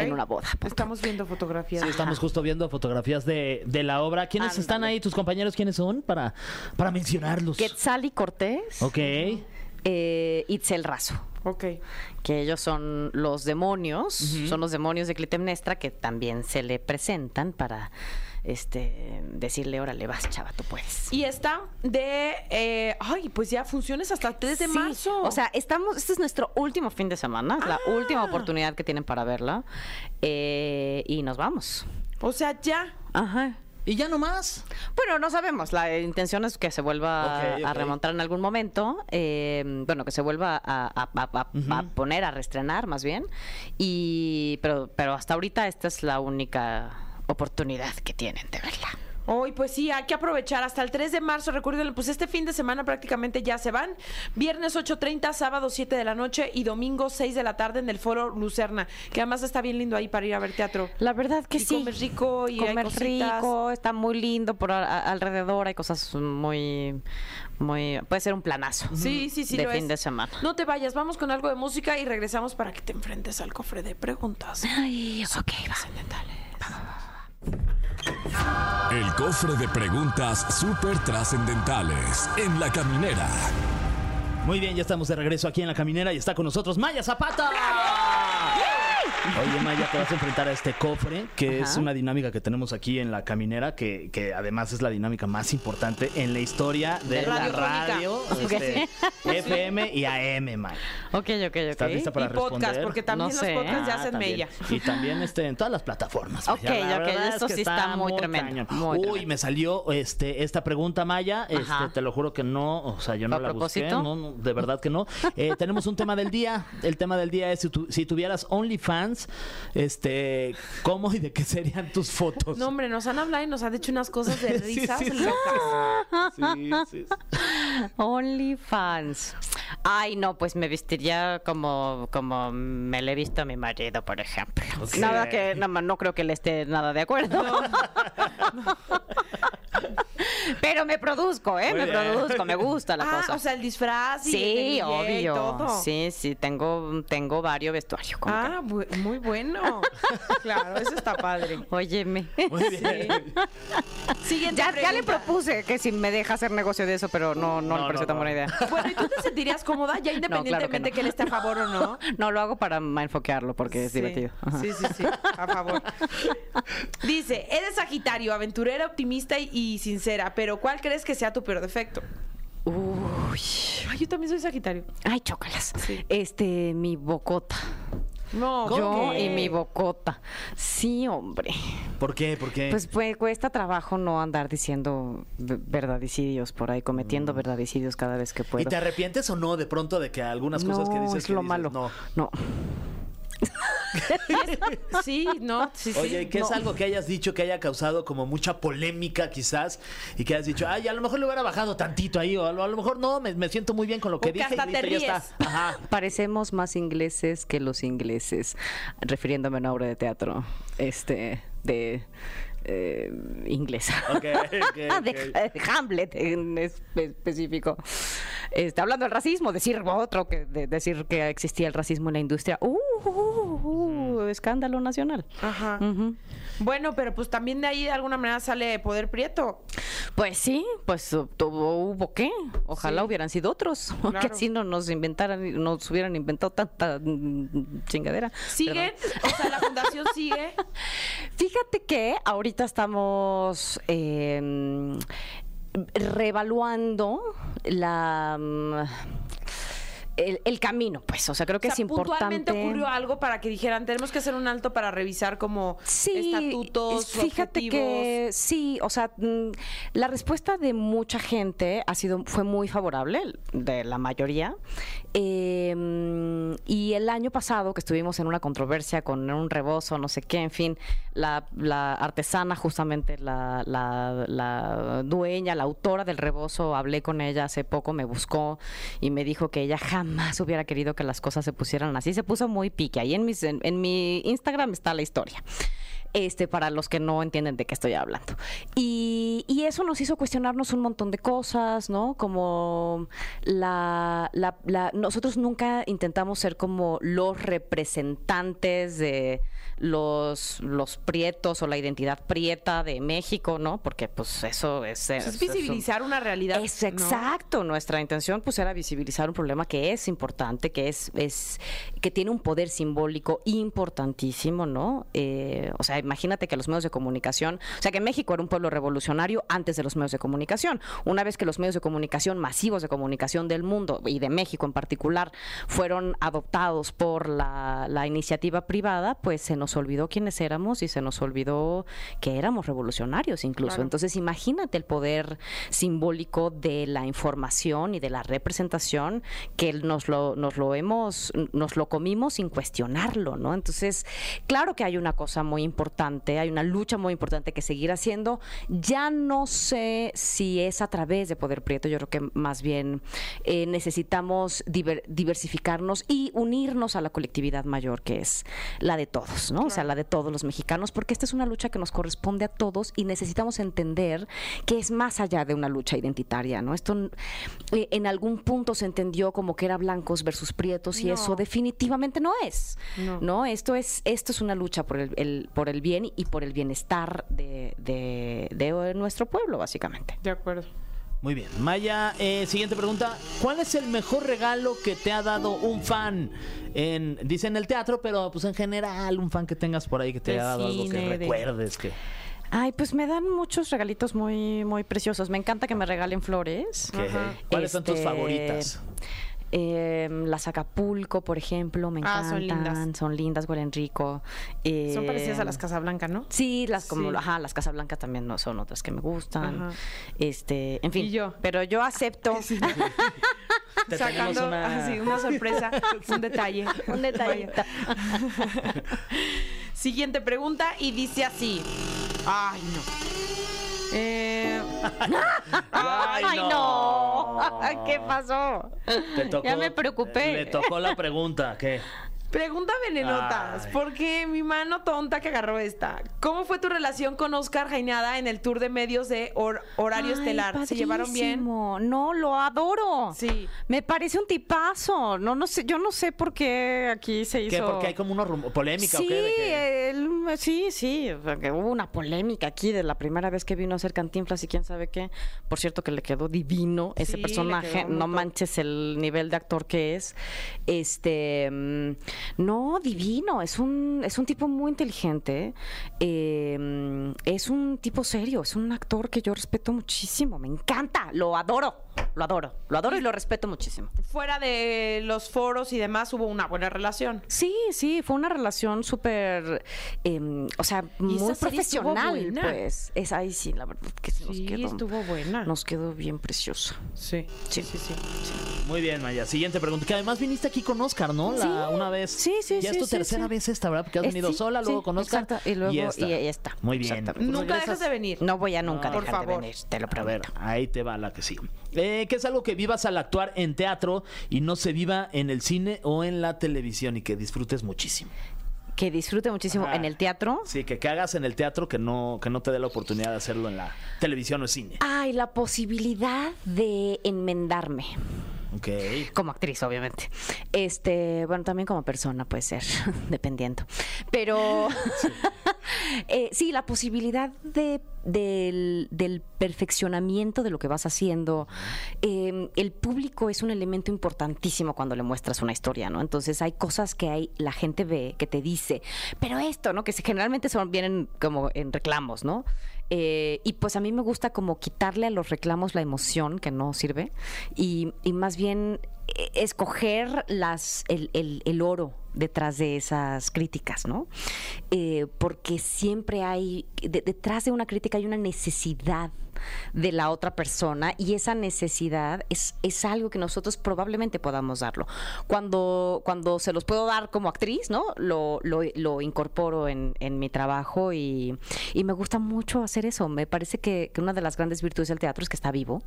Speaker 5: en una boda. punto.
Speaker 3: Estamos viendo fotografías.
Speaker 2: Sí, estamos justo viendo fotografías de, de la obra. ¿Quiénes están
Speaker 5: Ándale.
Speaker 2: ahí? ¿Tus compañeros quiénes son? Para, para mencionarlos.
Speaker 5: Quetzal y Cortés,
Speaker 2: Ok.
Speaker 5: eh, Itzel Razo.
Speaker 3: Ok.
Speaker 5: que ellos son los demonios, son los demonios de Clitemnestra que también se le presentan para este decirle, órale, vas, chava, tú puedes.
Speaker 3: Y está de. eh, ay, pues ya funciones hasta el 3 de
Speaker 5: Sí,
Speaker 3: marzo. Ah.
Speaker 5: O sea, estamos, este es nuestro último fin de semana, es la última oportunidad que tienen para verla. eh, y nos vamos.
Speaker 3: o sea, ya.
Speaker 5: Ajá.
Speaker 2: ¿Y ya nomás?
Speaker 5: Bueno, no sabemos. La intención es que se vuelva
Speaker 2: Ok,
Speaker 5: a
Speaker 2: ok.
Speaker 5: remontar en algún momento. eh, bueno, que se vuelva a, a- a- a- a poner, a reestrenar más bien. Y, pero, pero hasta ahorita esta es la única oportunidad que tienen de verla.
Speaker 3: Hoy, pues sí, hay que aprovechar hasta el 3 de marzo. Recuerden, pues este fin de semana prácticamente ya se van. Viernes 8.30, sábado 7 de la noche y domingo 6 de la tarde en el Foro Lucerna, que además está bien lindo ahí para ir a ver teatro.
Speaker 5: La verdad que
Speaker 3: Y
Speaker 5: sí.
Speaker 3: comes rico y hay
Speaker 5: Comes
Speaker 3: cositas.
Speaker 5: rico, está muy lindo por a- a- alrededor, hay cosas muy, muy, puede ser un planazo.
Speaker 3: Sí, sí, sí.
Speaker 5: De
Speaker 3: lo
Speaker 5: fin
Speaker 3: es.
Speaker 5: de semana.
Speaker 3: No te vayas, vamos con algo de música y regresamos para que te enfrentes al cofre de preguntas.
Speaker 5: Ay, ok, va.
Speaker 1: El cofre de preguntas súper trascendentales en la caminera.
Speaker 2: Muy bien, ya estamos de regreso aquí en la caminera y está con nosotros Maya Zapata. Oye, Maya, te vas a enfrentar a este cofre, que es
Speaker 5: Ajá.
Speaker 2: una dinámica que tenemos aquí en la caminera, que, que además es la dinámica más importante en la historia de,
Speaker 5: De
Speaker 2: la
Speaker 3: radiofónica.
Speaker 2: radio,
Speaker 5: Ok.
Speaker 2: este, FM y AM, Maya.
Speaker 5: Ok, ok, ok.
Speaker 2: ¿Estás lista para
Speaker 3: Y podcast,
Speaker 2: responder?
Speaker 3: porque también
Speaker 5: No
Speaker 3: los
Speaker 5: sé.
Speaker 3: podcasts ya
Speaker 2: Ah,
Speaker 3: hacen
Speaker 2: también.
Speaker 3: mella.
Speaker 2: Y también este, en todas las plataformas.
Speaker 5: Ok,
Speaker 2: Maya, la
Speaker 5: ok,
Speaker 2: verdad
Speaker 5: esto
Speaker 2: es que
Speaker 5: sí está muy tremendo,
Speaker 2: cañón.
Speaker 5: muy
Speaker 2: Uy,
Speaker 5: tremendo.
Speaker 2: me salió este, esta pregunta, Maya. Este,
Speaker 5: Ajá.
Speaker 2: te lo juro que no, o sea, yo
Speaker 5: ¿Fue
Speaker 2: no
Speaker 5: a
Speaker 2: la busqué.
Speaker 5: propósito?
Speaker 2: No, no, de verdad que no. Eh, tenemos un tema del día. El tema del día es si, tu- si tuvieras OnlyFans, este, ¿cómo y de qué serían tus fotos?
Speaker 3: No, hombre, nos han hablado y nos han dicho unas cosas de
Speaker 2: Sí,
Speaker 3: risas.
Speaker 2: sí, sí.
Speaker 3: locas.
Speaker 2: Sí, sí, sí.
Speaker 5: OnlyFans. Ay, no, pues me vestiría como, como me le he visto a mi marido, por ejemplo. Nada que, nada más, no creo que él esté nada de acuerdo. Pero me produzco, ¿eh?
Speaker 2: Muy
Speaker 5: me
Speaker 2: bien.
Speaker 5: produzco, me gusta la
Speaker 3: Ah,
Speaker 5: cosa.
Speaker 3: o sea, el disfraz y el
Speaker 5: sí,
Speaker 3: billete y
Speaker 5: obvio.
Speaker 3: todo.
Speaker 5: Sí, sí, tengo, tengo varios vestuarios. como
Speaker 3: Ah, bu- muy bueno. claro, eso está padre.
Speaker 5: que- Óyeme.
Speaker 2: Muy bien.
Speaker 3: Siguiente
Speaker 5: Ya, ya le
Speaker 3: pregunta.
Speaker 5: propuse que si me deja hacer negocio de eso, pero no, no,
Speaker 2: No,
Speaker 5: me pareció
Speaker 2: no,
Speaker 5: tan
Speaker 2: no.
Speaker 5: buena idea.
Speaker 3: Bueno, ¿y tú te sentirías cómoda ya
Speaker 5: No,
Speaker 3: independientemente
Speaker 5: claro que
Speaker 3: que,
Speaker 5: no.
Speaker 3: él esté a favor o no?
Speaker 5: No lo hago para enfoquearlo porque es
Speaker 3: Sí.
Speaker 5: divertido. Ajá.
Speaker 3: Sí, sí, sí, a favor. Dice, eres Sagitario, aventurera, optimista y, y sincera, pero ¿cuál crees que sea tu peor defecto?
Speaker 5: Uy.
Speaker 3: Ay, yo también soy Sagitario.
Speaker 5: Ay, chócalas.
Speaker 3: Sí.
Speaker 5: Este, mi bocota.
Speaker 3: No,
Speaker 5: Yo
Speaker 3: ¿qué?
Speaker 5: y mi bocota. Sí, hombre.
Speaker 2: ¿Por qué? ¿Por
Speaker 3: Eh.
Speaker 2: qué?
Speaker 5: Pues, pues, cuesta trabajo no andar diciendo ve- verdadicidios por ahí, cometiendo
Speaker 3: Mm.
Speaker 5: verdadicidios cada vez que puedo.
Speaker 2: ¿Y te arrepientes o no de pronto de que algunas cosas que
Speaker 5: No,
Speaker 2: dices
Speaker 5: es
Speaker 2: que
Speaker 5: lo
Speaker 2: dices,
Speaker 5: malo.
Speaker 2: no?
Speaker 5: no.
Speaker 3: Sí, no, sí, sí.
Speaker 2: Oye, ¿y ¿qué es
Speaker 3: no.
Speaker 2: algo que hayas dicho que haya causado como mucha polémica quizás? Y que hayas dicho, ay, a lo mejor le hubiera bajado tantito ahí, o a lo, a lo mejor no, me, me siento muy bien con lo que
Speaker 3: O que
Speaker 2: dije. y
Speaker 3: hasta
Speaker 2: listo,
Speaker 3: te
Speaker 2: ya
Speaker 3: ríes.
Speaker 2: está. Ajá.
Speaker 5: Parecemos más ingleses que los ingleses, refiriéndome a una obra de teatro este de eh, inglesa.
Speaker 2: Ok, ok,
Speaker 5: de, de Hamlet en espe- específico. Está hablando del racismo, decir otro que de- decir que existía el racismo en la industria. Uh, uh, uh, uh, escándalo nacional.
Speaker 3: Ajá.
Speaker 5: Ujú.
Speaker 3: Bueno, pero pues también de ahí de alguna manera sale poder prieto.
Speaker 5: Pues sí, pues uh, tuvo- hubo qué. Ojalá
Speaker 3: Sí.
Speaker 5: hubieran sido otros, que
Speaker 3: Claro.
Speaker 5: así no nos inventaran, nos hubieran inventado tanta mm, chingadera.
Speaker 3: ¿Siguen?
Speaker 5: Perdón.
Speaker 3: O sea, la fundación sigue.
Speaker 5: Fíjate que ahorita estamos eh, reevaluando la... mm, el, el camino, pues, o sea, creo que
Speaker 3: O sea,
Speaker 5: es importante.
Speaker 3: puntualmente ocurrió algo para que dijeran, tenemos que hacer un alto para revisar como estatutos,
Speaker 5: fíjate
Speaker 3: objetivos.
Speaker 5: que Eh, sí, o sea, mm, la respuesta de mucha gente ha sido fue muy favorable, de la mayoría. Eh, mm, y el año pasado que estuvimos en una controversia con un rebozo, no sé qué, en fin, la, la artesana justamente, la, la- la dueña, la autora del rebozo, hablé con ella hace poco, me buscó y me dijo que ella jamás hubiera querido que las cosas se pusieran así. Se puso muy pique. Ahí en, mis- en- en mi Instagram está la historia este, para los que no entienden de qué estoy hablando. Y, y eso nos hizo cuestionarnos un montón de cosas, ¿no? Como la, la- la- nosotros nunca intentamos ser como los representantes de los, los prietos o la identidad prieta de México, ¿no? Porque pues eso es...
Speaker 3: O sea, es
Speaker 5: es un-
Speaker 3: visibilizar una realidad.
Speaker 5: es
Speaker 3: ¿no?
Speaker 5: exacto. Nuestra intención pues era visibilizar un problema que es importante, que es, es que tiene un poder simbólico importantísimo, ¿no? Eh, o sea, imagínate que los medios de comunicación, o sea, que México era un pueblo revolucionario antes de los medios de comunicación. Una vez que los medios de comunicación masivos de comunicación del mundo y de México en particular fueron adoptados por la, la iniciativa privada, pues se nos olvidó quiénes éramos y se nos olvidó que éramos revolucionarios incluso.
Speaker 3: Claro.
Speaker 5: Entonces, entonces imagínate el poder simbólico de la información y de la representación que nos lo, nos lo hemos, nos lo comimos sin cuestionarlo, ¿no? Entonces, claro que hay una cosa muy importante, hay una lucha muy importante que seguir haciendo. Ya no sé si es a través de Poder Prieto, yo creo que más bien eh, necesitamos diver- diversificarnos y unirnos a la colectividad mayor que es la de todos, ¿no? O sea, la de todos los mexicanos, porque esta es una lucha que nos corresponde a todos y necesitamos entender que es más allá de una lucha identitaria, ¿no? Esto n- eh, en algún punto se entendió como que era blancos versus prietos y
Speaker 3: No.
Speaker 5: eso definitivamente no es,
Speaker 3: No.
Speaker 5: ¿no? Esto es, esto es una lucha por el, el- por el bien y por el bienestar de, de- de nuestro pueblo, básicamente.
Speaker 3: De acuerdo.
Speaker 2: Muy bien. Maya, eh, siguiente pregunta. ¿Cuál es el mejor regalo que te ha dado un fan? En, dice en el teatro, pero pues en general, un fan que tengas por ahí que te
Speaker 3: Del
Speaker 2: haya dado algo
Speaker 3: cine,
Speaker 2: que
Speaker 3: de-
Speaker 2: recuerdes. Que...
Speaker 5: Ay, pues me dan muchos regalitos muy, muy preciosos. Me encanta que me regalen flores.
Speaker 2: que- ¿Cuáles son tus
Speaker 5: Este,
Speaker 2: favoritas?
Speaker 5: Eh, las Acapulco, por ejemplo, me
Speaker 3: Ah,
Speaker 5: encantan.
Speaker 3: son lindas.
Speaker 5: Son lindas, huelen rico. Eh,
Speaker 3: Son parecidas a las Casablanca, ¿no?
Speaker 5: Sí, las como,
Speaker 3: Sí.
Speaker 5: ajá, las Casablancas también no son otras que me gustan.
Speaker 3: Ajá.
Speaker 5: Este, en fin.
Speaker 3: Y yo.
Speaker 5: Pero yo acepto.
Speaker 2: Te tenemos
Speaker 3: Sacando
Speaker 2: una-
Speaker 3: así una sorpresa, un detalle.
Speaker 5: Un detallito.
Speaker 3: Vaya. Siguiente pregunta y dice así. Ay, no. Eh,
Speaker 5: Ay, no. ¿Qué pasó?
Speaker 2: Te tocó-
Speaker 5: ya me preocupé.
Speaker 2: Le tocó la pregunta. ¿Qué?
Speaker 3: pregunta venenotas,
Speaker 2: Ay.
Speaker 3: porque mi mano tonta que agarró esta. ¿Cómo fue tu relación con Oscar Jainada en el tour de medios de hor- horario
Speaker 5: Ay,
Speaker 3: estelar? ¿Se llevaron bien?
Speaker 5: padrísimo. No, lo adoro.
Speaker 3: Sí.
Speaker 5: Me parece un tipazo. No, no sé, yo no sé por qué aquí se hizo.
Speaker 2: ¿Qué? Porque hay como una rum- polémica.
Speaker 5: Sí,
Speaker 2: ¿o
Speaker 5: eh,
Speaker 2: qué? ¿De qué?
Speaker 5: él- sí, sí, o sea, que hubo una polémica aquí de la primera vez que vino a hacer Cantinflas y quién sabe qué. Por cierto que le quedó divino ese
Speaker 3: Sí, le
Speaker 5: personaje,
Speaker 3: quedó muy
Speaker 5: no
Speaker 3: top.
Speaker 5: manches el nivel de actor que es. Este, mm, no, divino, es un es un tipo muy inteligente. eh, mm, es un tipo serio, es un actor que yo respeto muchísimo, me encanta, lo adoro, lo adoro, lo adoro y lo respeto muchísimo.
Speaker 3: Fuera de los foros y demás hubo una buena relación.
Speaker 5: Sí, sí, fue una relación súper, eh, o sea, muy
Speaker 3: serie estuvo
Speaker 5: profesional,
Speaker 3: buena.
Speaker 5: pues. Es ahí sí, la verdad que sí, nos
Speaker 3: Sí,
Speaker 5: quedó,
Speaker 3: estuvo buena.
Speaker 5: nos quedó bien preciosa.
Speaker 3: Sí, sí,
Speaker 5: Sí.
Speaker 3: sí, sí.
Speaker 2: Muy bien, Maya. Siguiente pregunta. Que además viniste aquí con Oscar, ¿no? La,
Speaker 5: Sí,
Speaker 2: Una vez.
Speaker 5: sí, sí,
Speaker 2: Ya es
Speaker 5: sí,
Speaker 2: tu
Speaker 5: sí,
Speaker 2: tercera
Speaker 5: sí.
Speaker 2: vez esta, ¿verdad? Porque has
Speaker 5: Eh,
Speaker 2: venido
Speaker 5: sí,
Speaker 2: sola, luego
Speaker 5: sí,
Speaker 2: con Oscar.
Speaker 5: exacto, y luego- y ahí está.
Speaker 2: Muy bien. Pues
Speaker 5: Exactamente.
Speaker 3: Nunca dejes
Speaker 2: Regresas-
Speaker 3: de venir.
Speaker 5: No voy a nunca
Speaker 2: No.
Speaker 5: dejar
Speaker 3: Por favor.
Speaker 5: de venir, te lo
Speaker 2: A ver,
Speaker 5: prometo.
Speaker 2: ahí te va la que sí. Eh, ¿Qué es algo que vivas al actuar en teatro y no se viva en el cine o en la televisión y que disfrutes muchísimo?
Speaker 5: Que disfrute muchísimo
Speaker 2: Ajá.
Speaker 5: en el teatro.
Speaker 2: Sí, que, que hagas en el teatro que no, que no te dé la oportunidad de hacerlo en la televisión o cine.
Speaker 5: Ay, la posibilidad de enmendarme.
Speaker 2: Ok.
Speaker 5: Como actriz, obviamente. Este, bueno, también como persona puede ser, dependiendo. Pero sí, sí la posibilidad de, del, del perfeccionamiento de lo que vas haciendo. Eh, el público es un elemento importantísimo cuando le muestras una historia, ¿no? Entonces hay cosas que hay, la gente ve, que te dice, pero esto, ¿no? Que se- generalmente son, vienen como en reclamos, ¿no? eh, y pues a mí me gusta como quitarle a los reclamos la emoción que no sirve y, y más bien eh, escoger las, el, el- el oro detrás de esas críticas, ¿no? Eh, porque siempre hay, de- detrás de una crítica hay una necesidad de la otra persona y esa necesidad es, es algo que nosotros probablemente podamos darlo. Cuando, cuando se los puedo dar como actriz, ¿no? Lo, lo, lo incorporo en, en mi trabajo y, y me gusta mucho hacer eso. Me parece que, que una de las grandes virtudes del teatro es que está vivo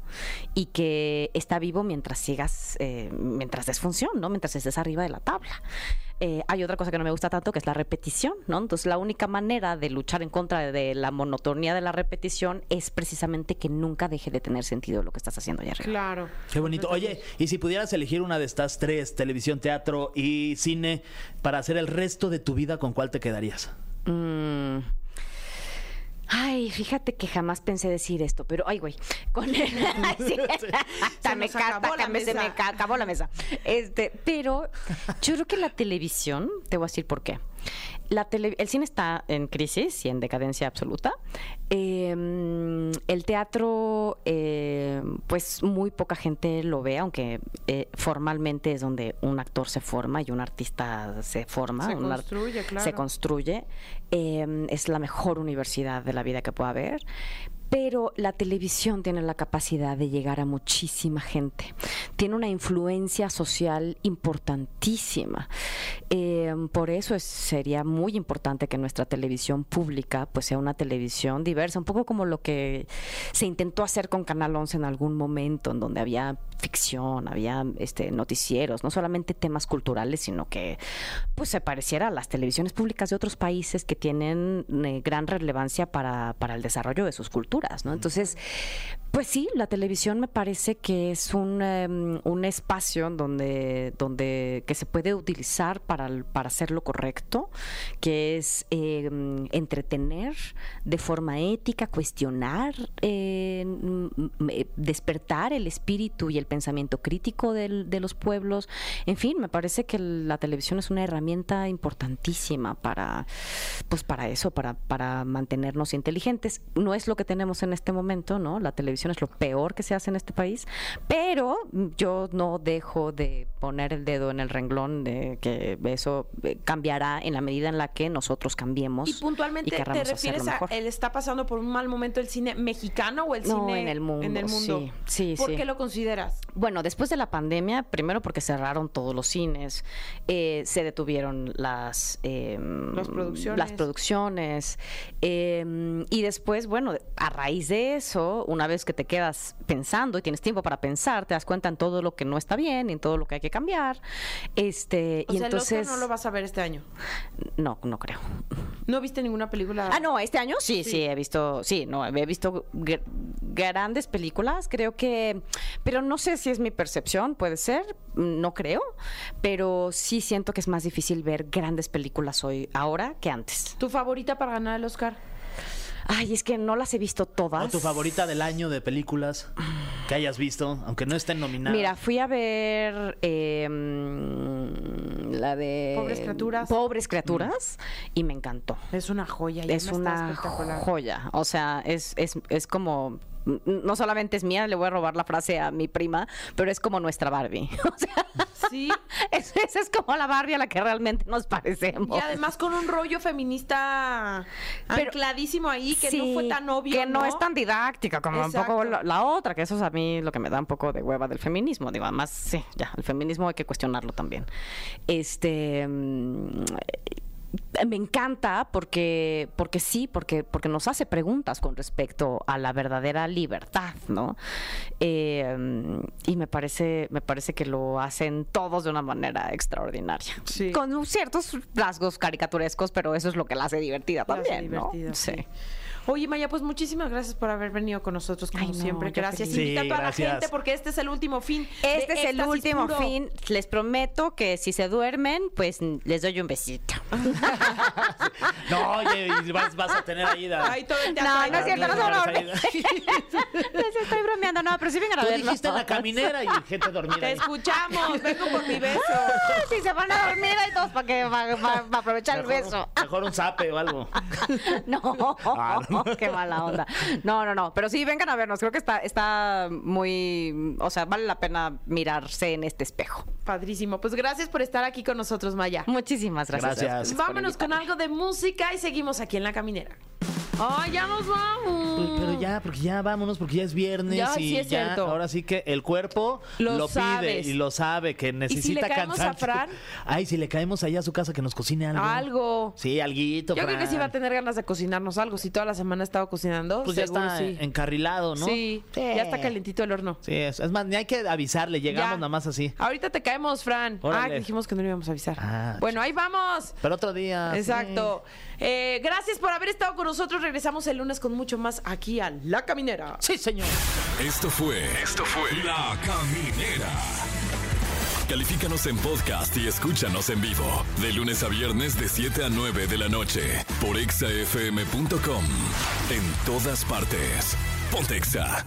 Speaker 5: y que está vivo mientras sigas, eh, mientras es función, ¿no? Mientras estés arriba de la tabla. Eh, hay otra cosa que no me gusta tanto, que es la repetición, ¿no? Entonces, la única manera de luchar en contra de la monotonía de la repetición es precisamente que nunca deje de tener sentido lo que estás haciendo allá arriba.
Speaker 3: Claro.
Speaker 2: Qué bonito. Oye, y si pudieras elegir una de estas tres, televisión, teatro y cine, para hacer el resto de tu vida, ¿con cuál te quedarías?
Speaker 5: Mm. Ay, fíjate que jamás pensé decir esto, pero ay, güey, con él. Ay, sí. Hasta
Speaker 3: Se
Speaker 5: me
Speaker 3: nos
Speaker 5: ca-
Speaker 3: acabó la
Speaker 5: hasta me- se me
Speaker 3: mesa.
Speaker 5: ca- acabó la mesa. Este, pero yo creo que la televisión, te voy a decir por qué. La tele- el cine está en crisis y en decadencia absoluta. Eh, el teatro, eh, pues muy poca gente lo ve, aunque eh, formalmente es donde un actor se forma y un artista se forma.
Speaker 3: Se
Speaker 5: un ar-
Speaker 3: construye, claro.
Speaker 5: Se construye. Eh, es la mejor universidad de la vida que pueda haber. Pero la televisión tiene la capacidad de llegar a muchísima gente. Tiene una influencia social importantísima. Eh, por eso es- sería muy importante que nuestra televisión pública pues, sea una televisión diversa, un poco como lo que se intentó hacer con Canal 11 en algún momento, en donde había ficción, había este, noticieros, no solamente temas culturales, sino que pues se pareciera a las televisiones públicas de otros países que tienen eh, gran relevancia para, para el desarrollo de sus culturas, ¿no? Entonces, pues sí, la televisión me parece que es un, em, un espacio donde, donde que se puede utilizar para, el- para hacer lo correcto, que es em, entretener de forma ética, cuestionar, eh, mm, mm, eh, despertar el espíritu y el pensamiento crítico del- de los pueblos. En fin, me parece que la televisión es una herramienta importantísima para, pues para eso, para, para mantenernos inteligentes. No es lo que tenemos en este momento, ¿no? La televisión es lo peor que se hace en este país, pero yo no dejo de poner el dedo en el renglón de que eso eh, cambiará en la medida en la que nosotros cambiemos.
Speaker 3: Y puntualmente, ¿te
Speaker 5: querramos
Speaker 3: refieres
Speaker 5: hacerlo
Speaker 3: a
Speaker 5: mejor.
Speaker 3: él está pasando por un mal momento el cine mexicano o el
Speaker 5: No,
Speaker 3: cine
Speaker 5: en el mundo,
Speaker 3: En el mundo?
Speaker 5: sí, sí,
Speaker 3: ¿Por
Speaker 5: sí.
Speaker 3: qué lo consideras?
Speaker 5: Bueno, después de la pandemia, primero porque cerraron todos los cines, eh, se detuvieron las, eh,
Speaker 3: Las producciones.
Speaker 5: las producciones, eh, y después, bueno, a raíz de eso, una vez que te quedas pensando y tienes tiempo para pensar, te das cuenta en todo lo que no está bien, en todo lo que hay que cambiar, este,
Speaker 3: O
Speaker 5: y
Speaker 3: sea, el Oscar
Speaker 5: entonces,
Speaker 3: no lo vas a ver este año.
Speaker 5: no, no creo.
Speaker 3: ¿No viste ninguna película?
Speaker 5: Ah, no, este año sí,
Speaker 3: Sí.
Speaker 5: sí, he visto, sí, no, he visto gr- grandes películas, creo que, pero no sé si es mi percepción, puede ser, no creo, pero sí siento que es más difícil ver grandes películas hoy, ahora que antes.
Speaker 3: ¿Tu favorita para ganar el Oscar?
Speaker 5: Ay, es que no las he visto todas.
Speaker 2: ¿O tu favorita del año de películas que hayas visto, aunque no estén nominadas?
Speaker 5: Mira, fui a ver eh, mm, la de...
Speaker 3: Pobres criaturas.
Speaker 5: Pobres criaturas y me encantó.
Speaker 3: Es una joya. y
Speaker 5: es
Speaker 3: Emma está
Speaker 5: una
Speaker 3: espectacular.
Speaker 5: joya. O sea, es, es, es como. No solamente es mía, le voy a robar la frase a mi prima, pero es como nuestra Barbie. O sea,
Speaker 3: Sí.
Speaker 5: es- esa es como la Barbie a la que realmente nos parecemos.
Speaker 3: Y además con un rollo feminista
Speaker 5: Pero-
Speaker 3: Ah, ancladísimo ahí que no
Speaker 5: Sí,
Speaker 3: fue tan obvio.
Speaker 5: Que no, es tan didáctica como
Speaker 3: Exacto.
Speaker 5: un poco la, la otra, que eso es a mí lo que me da un poco de hueva del feminismo. Digo, además, sí, ya, el feminismo hay que cuestionarlo también. Este. mm, eh, Me encanta porque, porque sí, porque, porque nos hace preguntas con respecto a la verdadera libertad, ¿no? Eh, mm, y me parece, me parece que lo hacen todos de una manera extraordinaria.
Speaker 3: Sí.
Speaker 5: Con ciertos rasgos caricaturescos, pero eso es lo que la hace divertida
Speaker 3: La hace
Speaker 5: también,
Speaker 3: divertida,
Speaker 5: ¿no?
Speaker 3: sí. Oye, Maya, pues muchísimas gracias por haber venido con nosotros, como
Speaker 5: Ay, no,
Speaker 3: siempre.
Speaker 5: yo
Speaker 3: Gracias.
Speaker 5: feliz.
Speaker 3: Invita a
Speaker 2: Sí,
Speaker 3: toda
Speaker 2: gracias.
Speaker 3: la gente porque este es el último fin. de
Speaker 5: Este es el
Speaker 3: Éxtasis
Speaker 5: último
Speaker 3: Puro.
Speaker 5: fin. Les prometo que si se duermen, pues n- les doy un besito.
Speaker 2: No, oye, y vas, vas a tener ahí. da-
Speaker 3: Ay, todo el teatro
Speaker 5: No,
Speaker 3: ahí
Speaker 5: no es cierto, no se van a dormir.
Speaker 2: Ahí
Speaker 5: Les estoy bromeando, no, pero sí vengan a
Speaker 2: Tú
Speaker 5: verlo.
Speaker 2: dijiste en la caminera y gente dormida.
Speaker 3: Te
Speaker 2: ahí.
Speaker 3: escuchamos. Vengo por mi beso.
Speaker 5: si Ah, se van a dormir y todos para que para, para- para aprovechar el
Speaker 2: Mejor-
Speaker 5: beso.
Speaker 2: Mejor un zape o algo.
Speaker 5: No,
Speaker 2: Ah, no.
Speaker 5: qué mala onda. No, no, no. Pero sí, vengan a vernos. Creo que está, está muy, o sea, vale la pena mirarse en este espejo.
Speaker 3: Padrísimo. Pues gracias por estar aquí con nosotros, Maya.
Speaker 5: Muchísimas gracias.
Speaker 2: Gracias.
Speaker 5: por
Speaker 3: Vámonos con algo de música y seguimos aquí en la caminera. ¡Ay, ya nos
Speaker 2: Pero,
Speaker 3: vamos!
Speaker 2: Pues, pero ya, porque ya vámonos, porque ya es viernes
Speaker 3: Mm. Ya,
Speaker 2: y
Speaker 3: sí es
Speaker 2: ya,
Speaker 3: cierto.
Speaker 2: ahora sí que el cuerpo
Speaker 3: Lo
Speaker 2: lo,
Speaker 3: sabes.
Speaker 2: pide y lo sabe que necesita
Speaker 3: caemos a
Speaker 2: cantante.
Speaker 3: Fran?
Speaker 2: Ay, si le caemos allá a su casa que nos cocine algo.
Speaker 3: Algo.
Speaker 2: Sí, alguito.
Speaker 3: Yo creo que
Speaker 2: Fran.
Speaker 3: sí va a tener ganas de cocinarnos algo. Si toda la semana ha estado cocinando,
Speaker 2: Pues ya
Speaker 3: seguro
Speaker 2: está
Speaker 3: sí.
Speaker 2: encarrilado, ¿no?
Speaker 3: Sí, ya está calentito el horno.
Speaker 2: Sí, es, es más, ni hay que avisarle, llegamos
Speaker 3: Ya.
Speaker 2: nada más así.
Speaker 3: Ahorita te caemos, Fran.
Speaker 2: Órale.
Speaker 3: Ah, dijimos que no le íbamos a avisar.
Speaker 2: Ah,
Speaker 3: bueno, ahí vamos.
Speaker 2: Pero otro día.
Speaker 3: Exacto. Eh, gracias por haber estado con nosotros. Regresamos el lunes con mucho más aquí a La Caminera.
Speaker 2: Sí, Sí, señor.
Speaker 1: Esto fue. Esto fue. La Caminera. Califícanos en podcast y escúchanos en vivo. De lunes a viernes, de 7 a 9 de la noche. Por exafm.com. En todas partes. Pontexa.